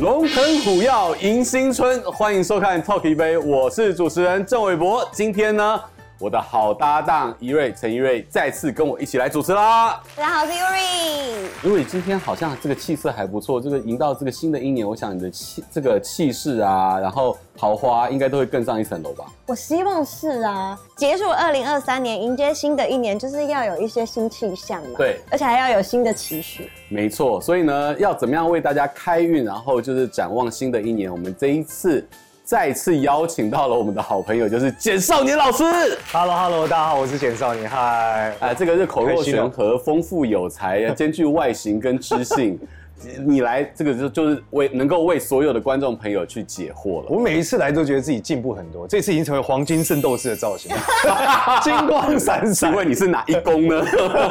龙腾虎跃迎新春，欢迎收看 Talk 一杯，我是主持人郑伟博。今天呢，我的好搭档一瑞陈一瑞再次跟我一起来主持啦。大家好，我是 Yuri。因为今天好像这个气色还不错，这个迎到这个新的一年，我想你的气这个气势啊，然后桃花应该都会更上一层楼吧？我希望是啊，结束二零二三年，迎接新的一年，就是要有一些新气象嘛。对而且还要有新的期许。没错，所以呢，要怎么样为大家开运，然后就是展望新的一年？我们这一次再次邀请到了我们的好朋友，就是简少年老师。 Hello Hello，大家好，我是简少年，嗨。啊，这个是口若开心悬哦河，丰富有才，兼具外形跟知性。你来，这个就就是为能够为所有的观众朋友去解惑了。我每一次来都觉得自己进步很多，这次已经成为黄金圣斗士的造型，金 光闪请闪。问你是哪一宫呢？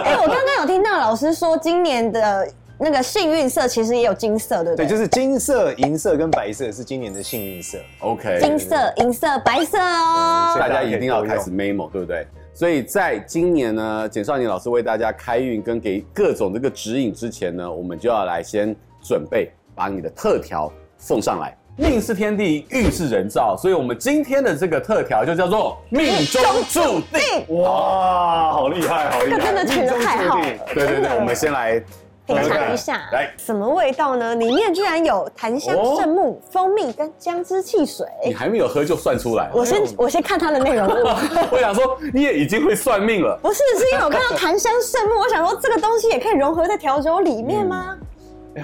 哎、我刚刚有听到老师说，今年的那个幸运色其实也有金色，对不对？对，就是金色、银色跟白色是今年的幸运色。 OK， 金色、银色、白色哦。大家一定要开始 memo，对不对？所以在今年呢，简少年老师为大家开运跟给各种这个指引之前呢，我们就要来先准备把你的特调送上来。命是天地，运是人造，所以我们今天的这个特调就叫做命中注定。哇，好厉害，好厉这个真的取得太好了命中注定对对真对，的我们先来品尝一下，来什么味道呢？里面居然有檀香哦、圣木、蜂蜜跟姜汁汽水。你还没有喝就算出来，哎我先哎呦我先看它的内容物。 我想说你也已经会算命了。不是，是因为我看到檀香圣木，我想说这个东西也可以融合在调酒里面吗？嗯哎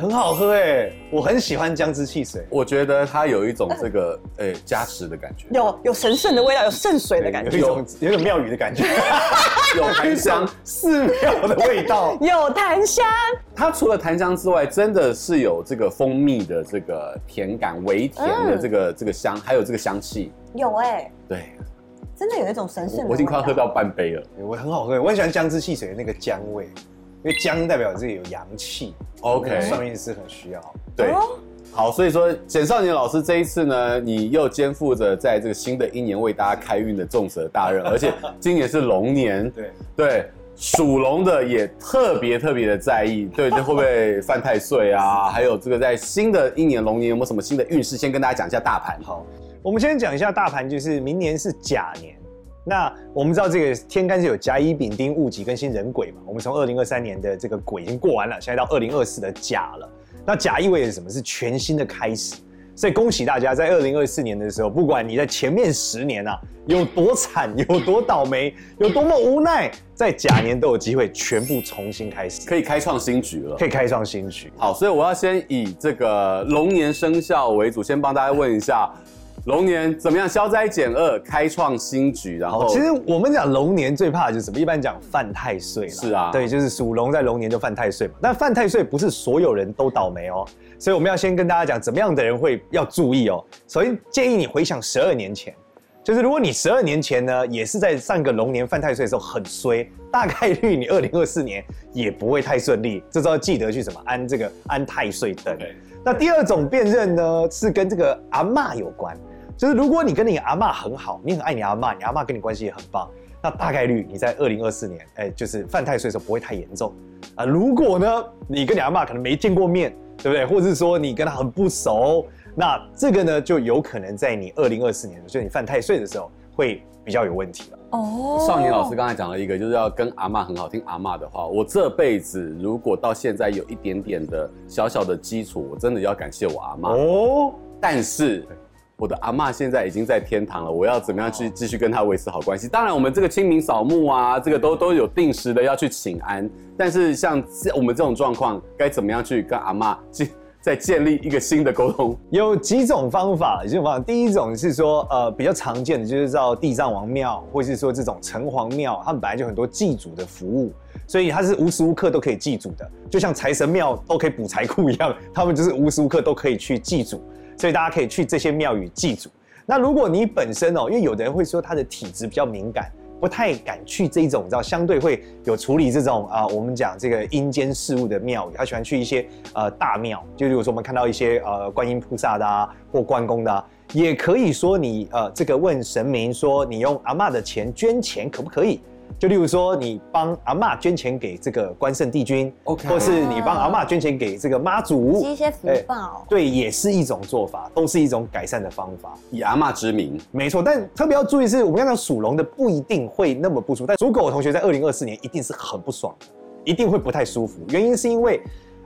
很好喝哎，我很喜欢姜汁汽水。我觉得它有一种这个 呃加持的感觉，有有神圣的味道，有圣水的感有觉，一种有一种庙宇的感觉，有檀 香，寺庙的味道。有檀香，它除了檀香之外，真的是有这个蜂蜜的这个甜感，微甜的这嗯个、这个香，还有这个香气。有哎、对，真的有一种神圣的我我已经快要喝味道到半杯了。我很好喝，我很喜欢姜汁汽水的那个姜味，因为姜代表自己有阳气。 OK 算命师很需要。对，哦好，所以说简少年老师这一次呢，你又肩负着在这个新的一年为大家开运的重责大任，而且今年是龙 年，对，对，属龙的也特别特别的在意，对，这会不会犯太岁 啊？还有这个在新的一年龙年有没有什么新的运势？先跟大家讲一下大盘。好，我们先讲一下大盘，就是明年是甲年。那我们知道这个天干是有甲乙丙丁戊己庚辛壬癸嘛，我们从二零二三年的这个癸已经过完了，现在到二零二四的甲了。那甲意味着什么？是全新的开始。所以恭喜大家，在二零二四年的时候，不管你在前面十年啊有多惨、有多倒霉、有多么无奈，在甲年都有机会全部重新开始，可以开创新局了可。以开创新局。好，所以我要先以这个龙年生肖为主，先帮大家问一下，龙年怎么样消灾减恶，开创新局，然好，后其实我们讲龙年最怕的就是什么？一般讲犯太岁啦。是啊对，就是属龙在龙年就犯太岁嘛。但犯太岁不是所有人都倒霉哦，所以我们要先跟大家讲，怎么样的人会要注意哦。首先建议你回想十二年前，就是如果你十二年前呢，也是在上个龙年犯太岁的时候很衰，大概率你二零二四年也不会太顺利。这时候要记得去什么安这个安太岁灯。那第二种辨认呢，是跟这个阿嬷有关，就是如果你跟你阿嬷很好，你很爱你阿嬷，你阿嬷跟你关系也很棒，那大概率你在二零二四年，哎、就是犯太岁的时候不会太严重啊。如果呢，你跟你阿嬷可能没见过面，对不对？或者是说你跟她很不熟，那这个呢，就有可能在你二零二四年，就是你犯太岁的时候，会比较有问题了。哦少年老师刚才讲了一个，就是要跟阿嬷很好听阿嬷的话。我这辈子如果到现在有一点点的小小的基础，我真的要感谢我阿嬷。哦，但是我的阿嬷现在已经在天堂了，我要怎么样去继续跟她维持好关系？当然，我们这个清明扫墓啊，这个都都有定时的要去请安。但是像这我们这种状况，该怎么样去跟阿嬷建再建立一个新的沟通？有几种方法，几种方法。第一种是说，呃，比较常见的就是到地藏王庙，或是说这种城隍庙，他们本来就很多祭祖的服务，所以它是无时无刻都可以祭祖的，就像财神庙都可以补财库一样，他们就是无时无刻都可以去祭祖，所以大家可以去这些庙宇祭祖。那如果你本身哦，因为有的人会说他的体质比较敏感，不太敢去这一种，你知道，相对会有处理这种啊、我们讲这个阴间事物的庙宇，他喜欢去一些呃大庙，就比如说我们看到一些呃观音菩萨的啊，或关公的啊，也可以说你呃这个问神明说你用阿嬷的钱捐钱可不可以？就例如说，你帮阿嬷捐钱给这个关圣帝君 OK 或是你帮阿嬷捐钱给这个妈祖，积一些福哎报。对，也是一种做法，都是一种改善的方法。以阿嬷之名，没错，但特别要注意是，我们刚刚讲属龙的不一定会那么不舒服，但属狗的同学在二零二四年一定是很不爽的，一定会不太舒服。原因是因为，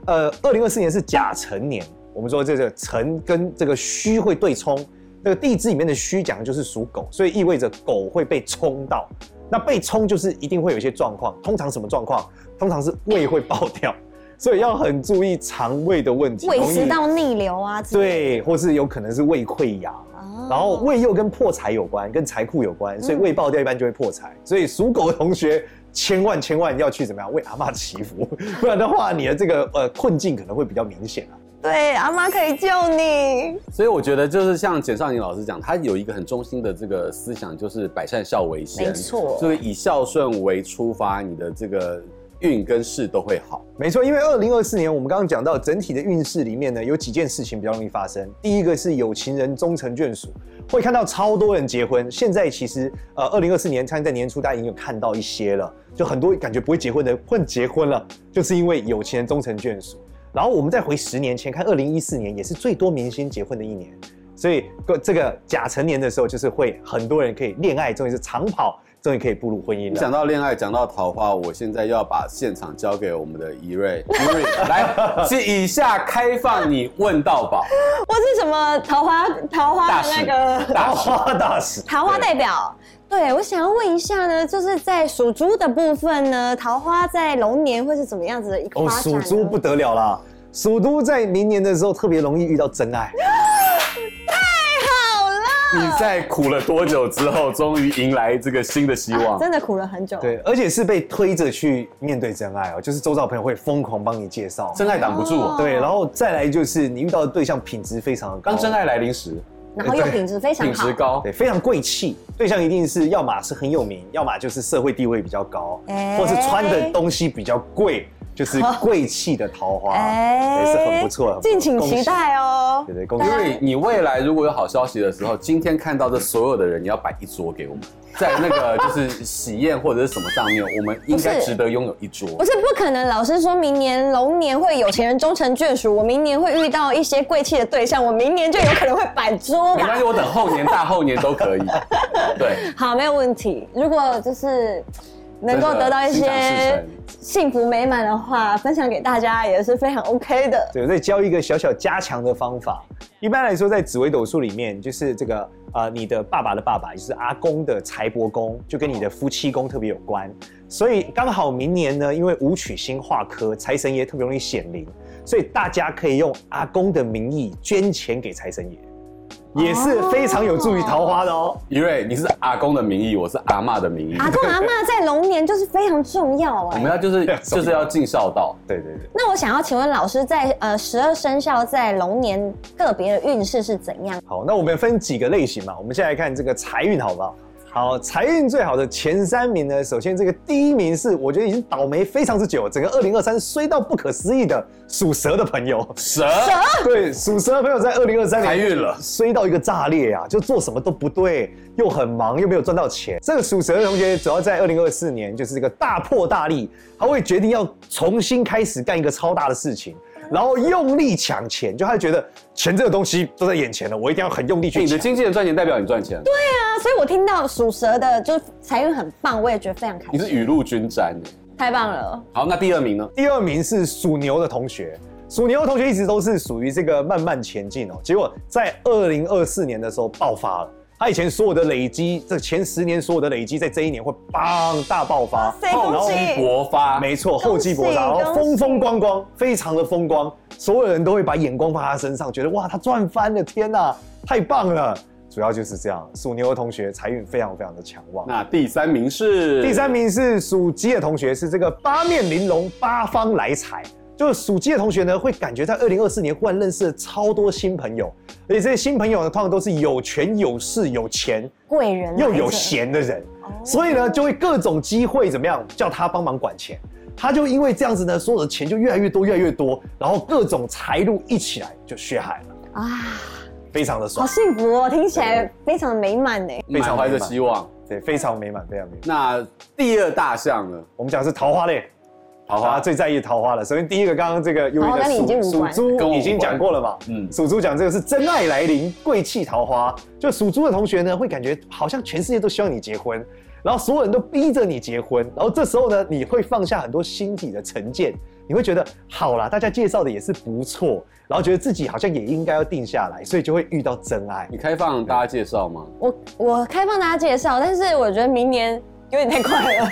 呃，二零二四年是甲辰年，我们说这个辰跟这个戌会对冲，那个地支里面的戌讲的就是属狗，所以意味着狗会被冲到。那被冲就是一定会有一些状况，通常什么状况？通常是胃会爆掉，所以要很注意肠胃的问哎题，胃容易食道逆流啊，之类对，或是有可能是胃溃疡。的。哦然后胃又跟破财有关，跟财库有关，所以胃爆掉一般就会破财。所以属狗的同学千万千万要去怎么样为阿嬷祈福， 不然的话你的这个呃困境可能会比较明显啊。对，阿妈可以救你。所以我觉得就是像简少年老师讲，他有一个很中心的这个思想，就是百善孝为先，没错就是以孝顺为出发，你的这个运跟事都会好。没错，因为二零二四年我们刚刚讲到整体的运势里面呢，有几件事情比较容易发生。第一个是有情人终成眷属，会看到超多人结婚。现在其实呃，二零二四年参在年初大家已经有看到一些了，就很多感觉不会结婚的混结婚了，就是因为有情人终成眷属。然后我们再回十年前看，二零一四年也是最多明星结婚的一年，所以这个甲辰年的时候，就是会很多人可以恋爱，终于是长跑，终于可以步入婚姻你了。讲到恋爱，讲到桃花，我现在要把现场交给我们的怡瑞，怡瑞 来，是以下开放你问到宝，我是什么桃花桃花大的使那个大花大使，桃花代表？对，我想要问一下呢，就是在属猪的部分呢，桃花在龙年会是怎么样子的一个哦，发展呢？属猪不得了啦！属猪在明年的时候特别容易遇到真 爱，好了，你在苦了多久之后，终于迎来这个新的希望？啊真的苦了很久。对，而且是被推着去面对真爱哦，就是周遭朋友会疯狂帮你介绍，真爱挡不住我，哦对，然后再来就是你遇到的对象品质非常的高，当真爱来临时，然后又对品质非常品好，质高，对非常贵气，对象一定是要么是很有名，要么就是社会地位比较高，哎或是穿的东西比较贵，就是贵气的桃花，啊也是很不错，很哎不错敬请期。恭喜待哦对。对，恭喜因为你未来如果有好消息的时候，今天看到这所有的人，你要摆一桌给我们，在那个就是喜宴或者是什么上面，我们应该不是值得拥有一桌不。是不可能，老师说明年龙年会有情人终成眷属，我明年会遇到一些贵气的对象，我明年就有可能会摆桌没吧关系，。我等后年、大后年都 可以。对，好，没有问题。如果就是能够真的得到一心想事些成幸福美满的话，分享给大家也是非常 OK 的。对，我再教一个小小加强的方法。一般来说，在紫微斗数里面，就是这个呃，你的爸爸的爸爸，也就是阿公的财帛宫，就跟你的夫妻宫特别有关。所以刚好明年呢，因为武曲星化科，财神爷特别容易显灵，所以大家可以用阿公的名义捐钱给财神爷，也是非常有助于桃花的哦怡瑞，你是阿公的名义，我是阿嬷的名义，阿公阿嬷在龙年就是非常重要我哎、们要 就是重就是要尽孝道。对对对。那我想要请问老师在，呃十二生肖在龙年个别的运势是怎样？好，那我们分几个类型嘛？我们先来看这个财运，好不好？好，财运最好的前三名呢，首先这个第一名是我觉得已经倒霉非常之久，整个二零二三衰到不可思议的属蛇的朋友，蛇 对，属蛇的朋友在二零二三年财运了衰到一个炸裂啊，就做什么都不对，又很忙，又没有赚到钱。这个属蛇的同学，主要在二零二四年就是一个大破大立，他会决定要重新开始干一个超大的事情，然后用力抢钱，就他觉得钱这个东西都在眼前了，我一定要很用力去哎你的抢。经纪人赚钱代表你赚钱，啊，所以我听到属蛇的就财运很棒，我也觉得非常开你心，是雨露均沾。太棒了。好，那第二名呢？第二名是属牛的同学，属牛的同学一直都是属于这个慢慢前进哦，结果在二零二四年的时候爆发了。他以前所有的累积，这前十年所有的累积，在这一年会砰大爆发，塞恭后一喜！国发，没错，厚积薄发，恭喜啊然后风风光光，非常的风光，所有人都会把眼光放在他身上，觉得哇，他赚翻了，天哪，太棒了！主要就是这样，属牛的同学财运非常非常的强旺。那第三名是第三名是属鸡的同学，是这个八面玲珑，八方来财。就是属鸡的同学呢，会感觉在二零二四年忽然认识了超多新朋友，而且这些新朋友呢，通常都是有权有势有钱贵人来哦着又有闲的人，嗯所以呢，就会各种机会怎么样叫他帮忙管钱，他就因为这样子呢，所有的钱就越来越多，越来越多，然后各种财路一起来就血海了，啊，非常的爽好。幸福哦，听起来非常美满呢。满怀着希望。对，非常美满，非常美满。那第二大项呢？我们讲的是桃花类，桃好啊，花最在意桃花了。首先第一个，刚刚这个忧郁桃花的哦跟你已经无属属关跟我猪无已经讲过了嘛？嗯嗯，属猪讲这个是真爱来临，贵气桃花。就属猪的同学呢，会感觉好像全世界都希望你结婚，然后所有人都逼着你结婚，然后这时候呢，你会放下很多心底的成见，你会觉得好啦，大家介绍的也是不错，然后觉得自己好像也应该要定下来，所以就会遇到真爱。你开放大家介绍 吗？我我开放大家介绍，但是我觉得明年有点太快了。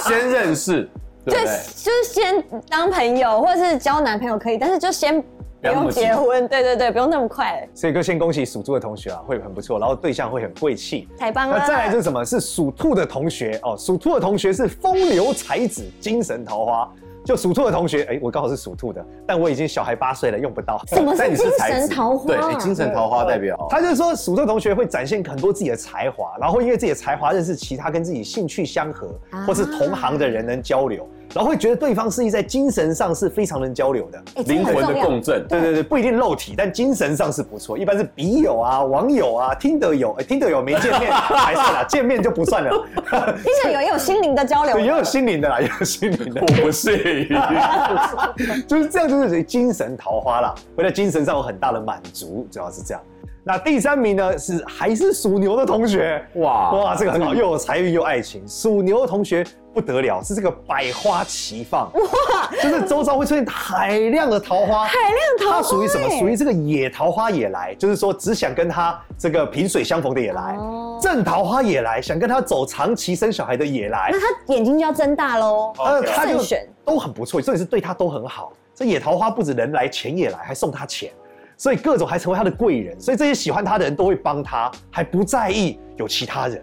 先认识，对就不对？就是先当朋友，或者是交男朋友可以，但是就先不要那用么急结婚。对对对，不用那么快，所以就先恭喜属猪的同学啊，会很不错，然后对象会很贵气。太棒了。那再来是什么？是属兔的同学哦，属兔的同学是风流才子、精神桃花。就属兔的同学，哎、我刚好是属兔的，但我已经小孩八岁了，用不到。什么但是你精是才神子桃花？啊对，哎精神桃花代表他就说，属兔同学会展现很多自己的才华，然后会因为自己的才华认识其他跟自己兴趣相合啊或是同行的人能交流，然后会觉得对方是在精神上是非常能交流的。哎这灵很魂重的要共振，对对对，不一定肉体，但精神上是不错。一般是笔友啊、网友啊、听得友，哎、听得友没见面还算了，见面就不算了。听着有也有心灵的交流，对，也 有心灵的啦，也有心灵 的我，不是就是这样，就是属于精神桃花啦，会在精神上有很大的满足，主要是这样。那第三名呢是还是属牛的同学，哇哇，这个很好，又有财运又爱情，属牛的同学不得了，是这个百花齐放，就是周遭会出现海量的桃花，海量桃花它属于什么？哎属于这个野桃花也来，就是说只想跟他这个萍水相逢的也来，哦正桃花也来，想跟他走长期生小孩的也来 那，他眼睛就要睁大喽。呃，他就慎选 都很不错，重点是对他都很好。这野桃花不止人来钱也来，还送他钱，所以各种还成为他的贵人，所以这些喜欢他的人都会帮他，还不在意有其他人。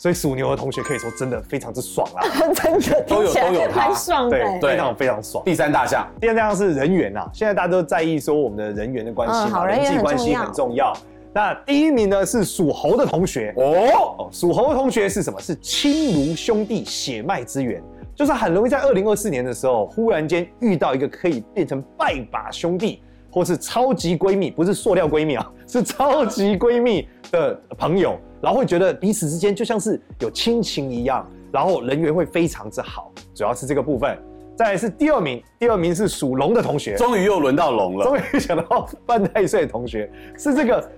所以属牛的同学可以说真的非常之爽 啦，真的都有听起来都有他蛮爽的。对，对非常非常 爽。第三大项，第二项是人缘啊，现在大家都在意说我们的人缘的关系嗯嘛，好人人缘际很关系重要很重要。那第一名呢是属猴的同学，哦，哦，属猴的同学是什么？是亲如兄弟、血脉之缘，就是很容易在二零二四年的时候，忽然间遇到一个可以变成拜把兄弟，或是超级闺蜜，不是塑料闺蜜啊，是超级闺蜜的朋友，然后会觉得彼此之间就像是有亲情一样，然后人缘会非常之好，主要是这个部分。再来是第二名，第二名是属龙的同学，终于又轮到龙了，终于想到半太岁的同学是这个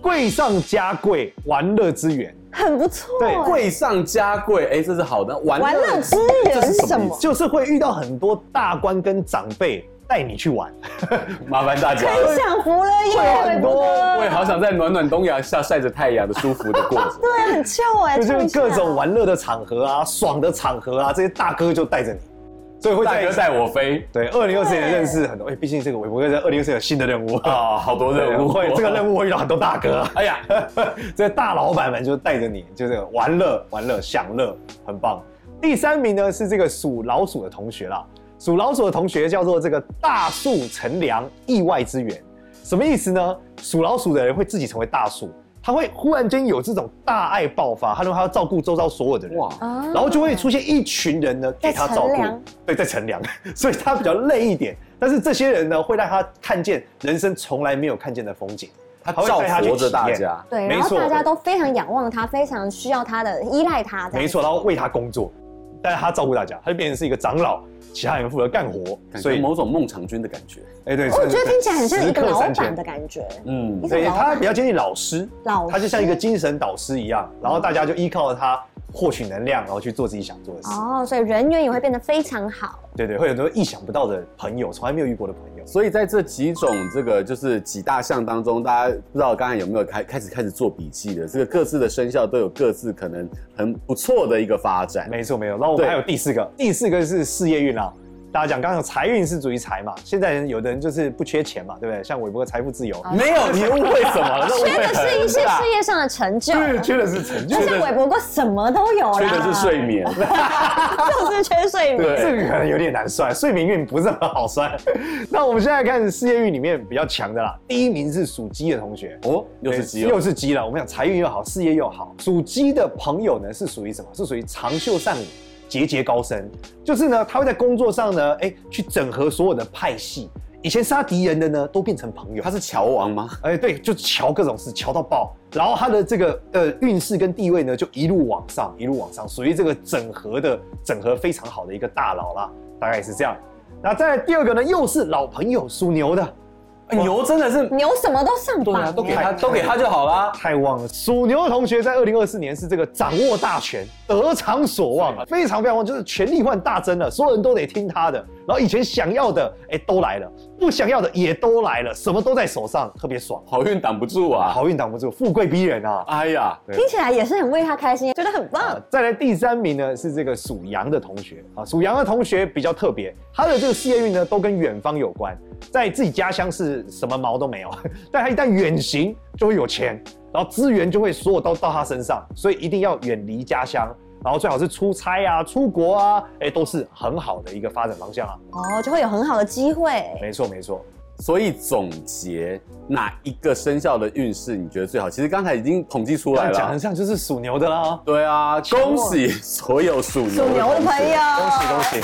贵上加贵，玩乐之源。很不错。对哎贵上加贵，哎，这是好的，玩玩乐之这源是是什什么意么思？就是会遇到很多大官跟长辈带你去玩，麻烦大家。很享福了有耶，很多我也好想在暖暖东阳下晒着太阳的舒服的过着。对，很翘哎，就是唱一下各种。玩乐的场合啊、爽的场合啊，这些大哥就带着你，所 以会大在哥带我 飞对二零二四年认识很多，哎，毕竟这个韦伯哥在二零二四有新的任务，啊，好多对任务，会这个 任务，务会遇到很多大哥，啊哎 呀，这大老板们就带着你，就是玩乐、玩乐、享乐，很棒。第三名呢是这个属老鼠的同学啦，属老鼠的同学叫做这个大树乘凉，意外之源，什么意思呢？属老鼠的人会自己成为大树，他会忽然间有这种大爱爆发，他认为他要照顾周遭所有的人，哇，啊然后就会出现一群人呢给他在照乘顾凉，对，在乘凉，所以他比较累一点，但是这些人呢会让他看见人生从来没有看见的风景，他会照带他去活着体大验家，对，没然后错大家都非常仰望他，非常需要他的，依赖他。这样没错，然后为他工作，但是他照顾大家，他就变成是一个长老，其他人负责干活，感所觉以某种孟尝君的感觉。哎对，哦我觉得听起来很像一个时刻老三板千的感觉，嗯一，种对老他板比较接近老师，老他就像师一个精神导师一样，然后大家就依靠他获取能量，然后去做自己想做的事，哦，所以人缘也会变得非常好。对对，会有很多意想不到的朋友，从来没有遇过的朋友，所以在这几种这个就是几大项当中，大家不知道刚才有没有开开始开始做笔记的？这个各自的生肖都有各自可能很不错的一个发展。没错没有，然后我们对还有第四个，第四个是事业运啊。大家讲，刚刚有财运是属于财嘛，现在人有的人就是不缺钱嘛，对不对？像韦伯财富自哦由，没有，你误会什么了？那误会缺的是一些很大事业上的成就，对，缺的是 成就就，像韦伯哥什么都有啦，缺的是睡，眠。就是缺睡眠。对这个可能有点难算，睡眠运不是很好算。 那我们现在看事业运里面比较强的啦，第一名是属鸡的同学，哎哦，又是肌肉又。是鸡了。我们讲财运又好，事业又好，属鸡的朋友呢是属于什么？是属于长袖善舞。节节高升，就是呢，他会在工作上呢，哎、去整合所有的派系，以前杀敌人的呢，都变成朋友他。是乔王吗？哎，对，就瞧各种事，瞧到爆。然后他的这个呃运势跟地位呢，就一路往上，一路往上，属于这个整合的整合非常好的一个大佬啦，大概是这样。那再来第二个呢，又是老朋友属牛的，牛真的是牛什么都上对榜、啊，都给太他都给他就好啦。太旺了。属牛的同学在二零二四年是这个掌握大权，得偿所望，啊非常非常旺，就是权力换大增了，所有人都得听他的。然后以前想要的，哎，都来了；不想要的也都来了，什么都在手上，特别爽。好运挡不住啊！好运挡不住，富贵逼人啊！哎呀，听起来也是很为他开心，觉得很棒啊。再来第三名呢是这个属羊的同学啊，属羊的同学比较特别，他的这个事业运呢都跟远方有关，在自己家乡是什么毛都没有， 但他一旦远行就会有钱，然后资源就会所有都到他身上，所以一定要远离家乡，然后最好是出差啊、出国啊，哎、都是很好的一个发展方向啊。哦，就会有很好的机会。没错没错，所以总结哪一个生肖的运势你觉得最好？其实刚才已经统计出来讲了成。像就是属牛的啦，哦对啊，恭喜所有属牛属牛同的学朋友，恭喜恭喜，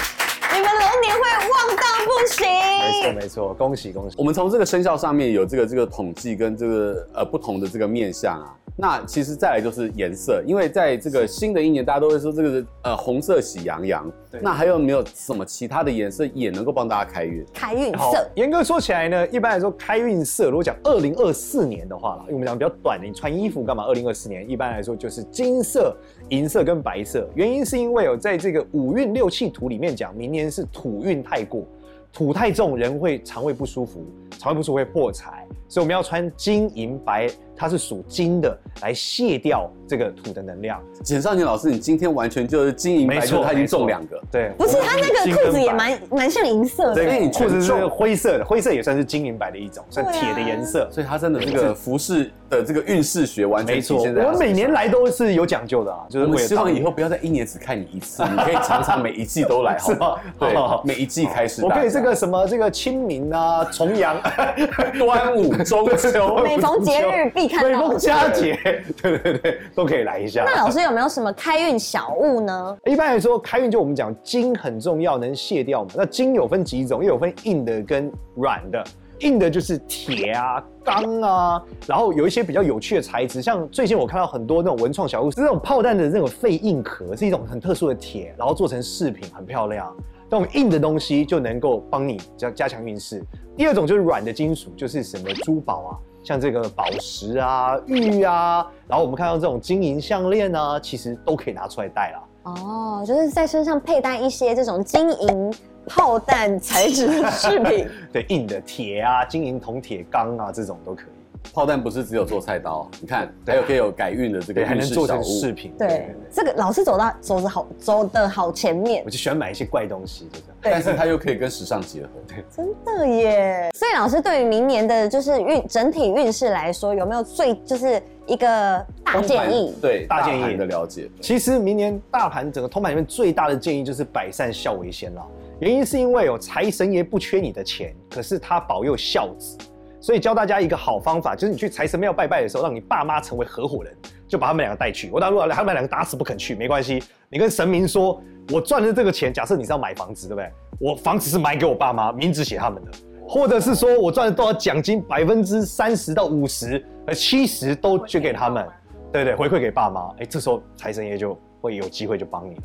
你们龙年会旺到不没错行。没错，恭喜恭喜。我们从这个生肖上面有这个这个统计跟这个呃不同的这个面相啊，那其实再来就是颜色，因为在这个新的一年，大家都会说这个是呃红色喜洋洋，对那还有没有什么其他的颜色也能够帮大家开运？开运好色，严格说起来呢，一般来说开运色，如果讲二零二四年的话啦，因为我们讲比较短的，你穿衣服干嘛？二零二四年一般来说就是金色、银色跟白色。原因是因为有哦在这个五运六气图里面讲，明年是土运太过，土太重人会肠胃不舒服，肠胃不舒服会破财，所以我们要穿金银白，它是属金的，来卸掉这个土的能量。简少年老师，你今天完全就是金银白没错兔，他已经没错中两个，对，不是他那个裤子也蛮。蛮蛮像银色的对，对，全哎裤子是中灰色的，灰色也算是金银白的一种，算铁的颜色。所以他真的这个服饰的这个运势学完全没错，体现在他我身上每年来都是有讲究的啊，就是我为们了希望当 以后不要在一年只看你一次，你可以常常每一季都来，是好吗吗？对好好好，每一季开始我大家。可以这个什么这个清明啊、重阳、 端午、中秋，每逢节日必看每到逢。 佳节，对对对，都可以来一下。那老师有没有什么开运小物呢？一般来说，开运就我们讲金很重要，能卸掉嘛。那金有分几种，又有分硬的跟软的。硬的就是铁啊、钢啊，然后有一些比较有趣的材质，像最近我看到很多那种文创小物，是那种炮弹的那种废硬壳，是一种很特殊的铁，然后做成饰品，很漂亮。那种硬的东西就能够帮你加加强运势。第二种就是软的金属，就是什么珠宝啊，像这个宝石啊、玉啊，然后我们看到这种金银项链啊，其实都可以拿出来戴啦。哦，就是在身上佩戴一些这种金银炮弹材质的饰品。对，硬的铁啊、金银铜铁钢啊这种都可以，炮弹不是只有做菜刀，你看对还啊有可以有改运的这个对，还运能势做小成饰物。品。对，这个老师走到走的好走的好前面我，就喜欢买一些怪东西，就这样。但是它又可以跟时尚结合，真的耶。所以老师对于明年的就是运整体运势来说，有没有最就是一个大建议？对大大建议盘的了解，其实明年大盘整个通盘里面最大的建议就是百善孝为先啦。原因是因为有财神爷不缺你的钱，可是他保佑孝子，所以教大家一个好方法，就是你去财神庙拜拜的时候，让你爸妈成为合伙人，就把他们两个带去。我当然如果他们两个打死不肯去，没关系，你跟神明说，我赚的这个钱，假设你是要买房子，对不对？我房子是买给我爸妈，名字写他们的。或者是说我赚了多少奖金，百分之三十到五十，呃七十都捐给他们，对对，回馈给爸妈。哎，这时候财神爷就会有机会就帮你了。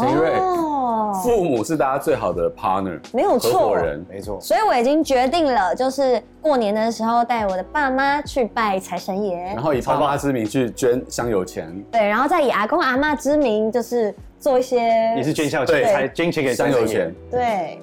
陈瑞哦，父母是大家最好的 partner，没有合错伙。人。没错，所以我已经决定了，就是过年的时候带我的爸妈去拜财神爷然，后以爸妈之名去捐香油钱，对，然后再以阿公阿妈之名，就是做一些也是捐孝对钱，才捐钱给香财油神爷钱。对，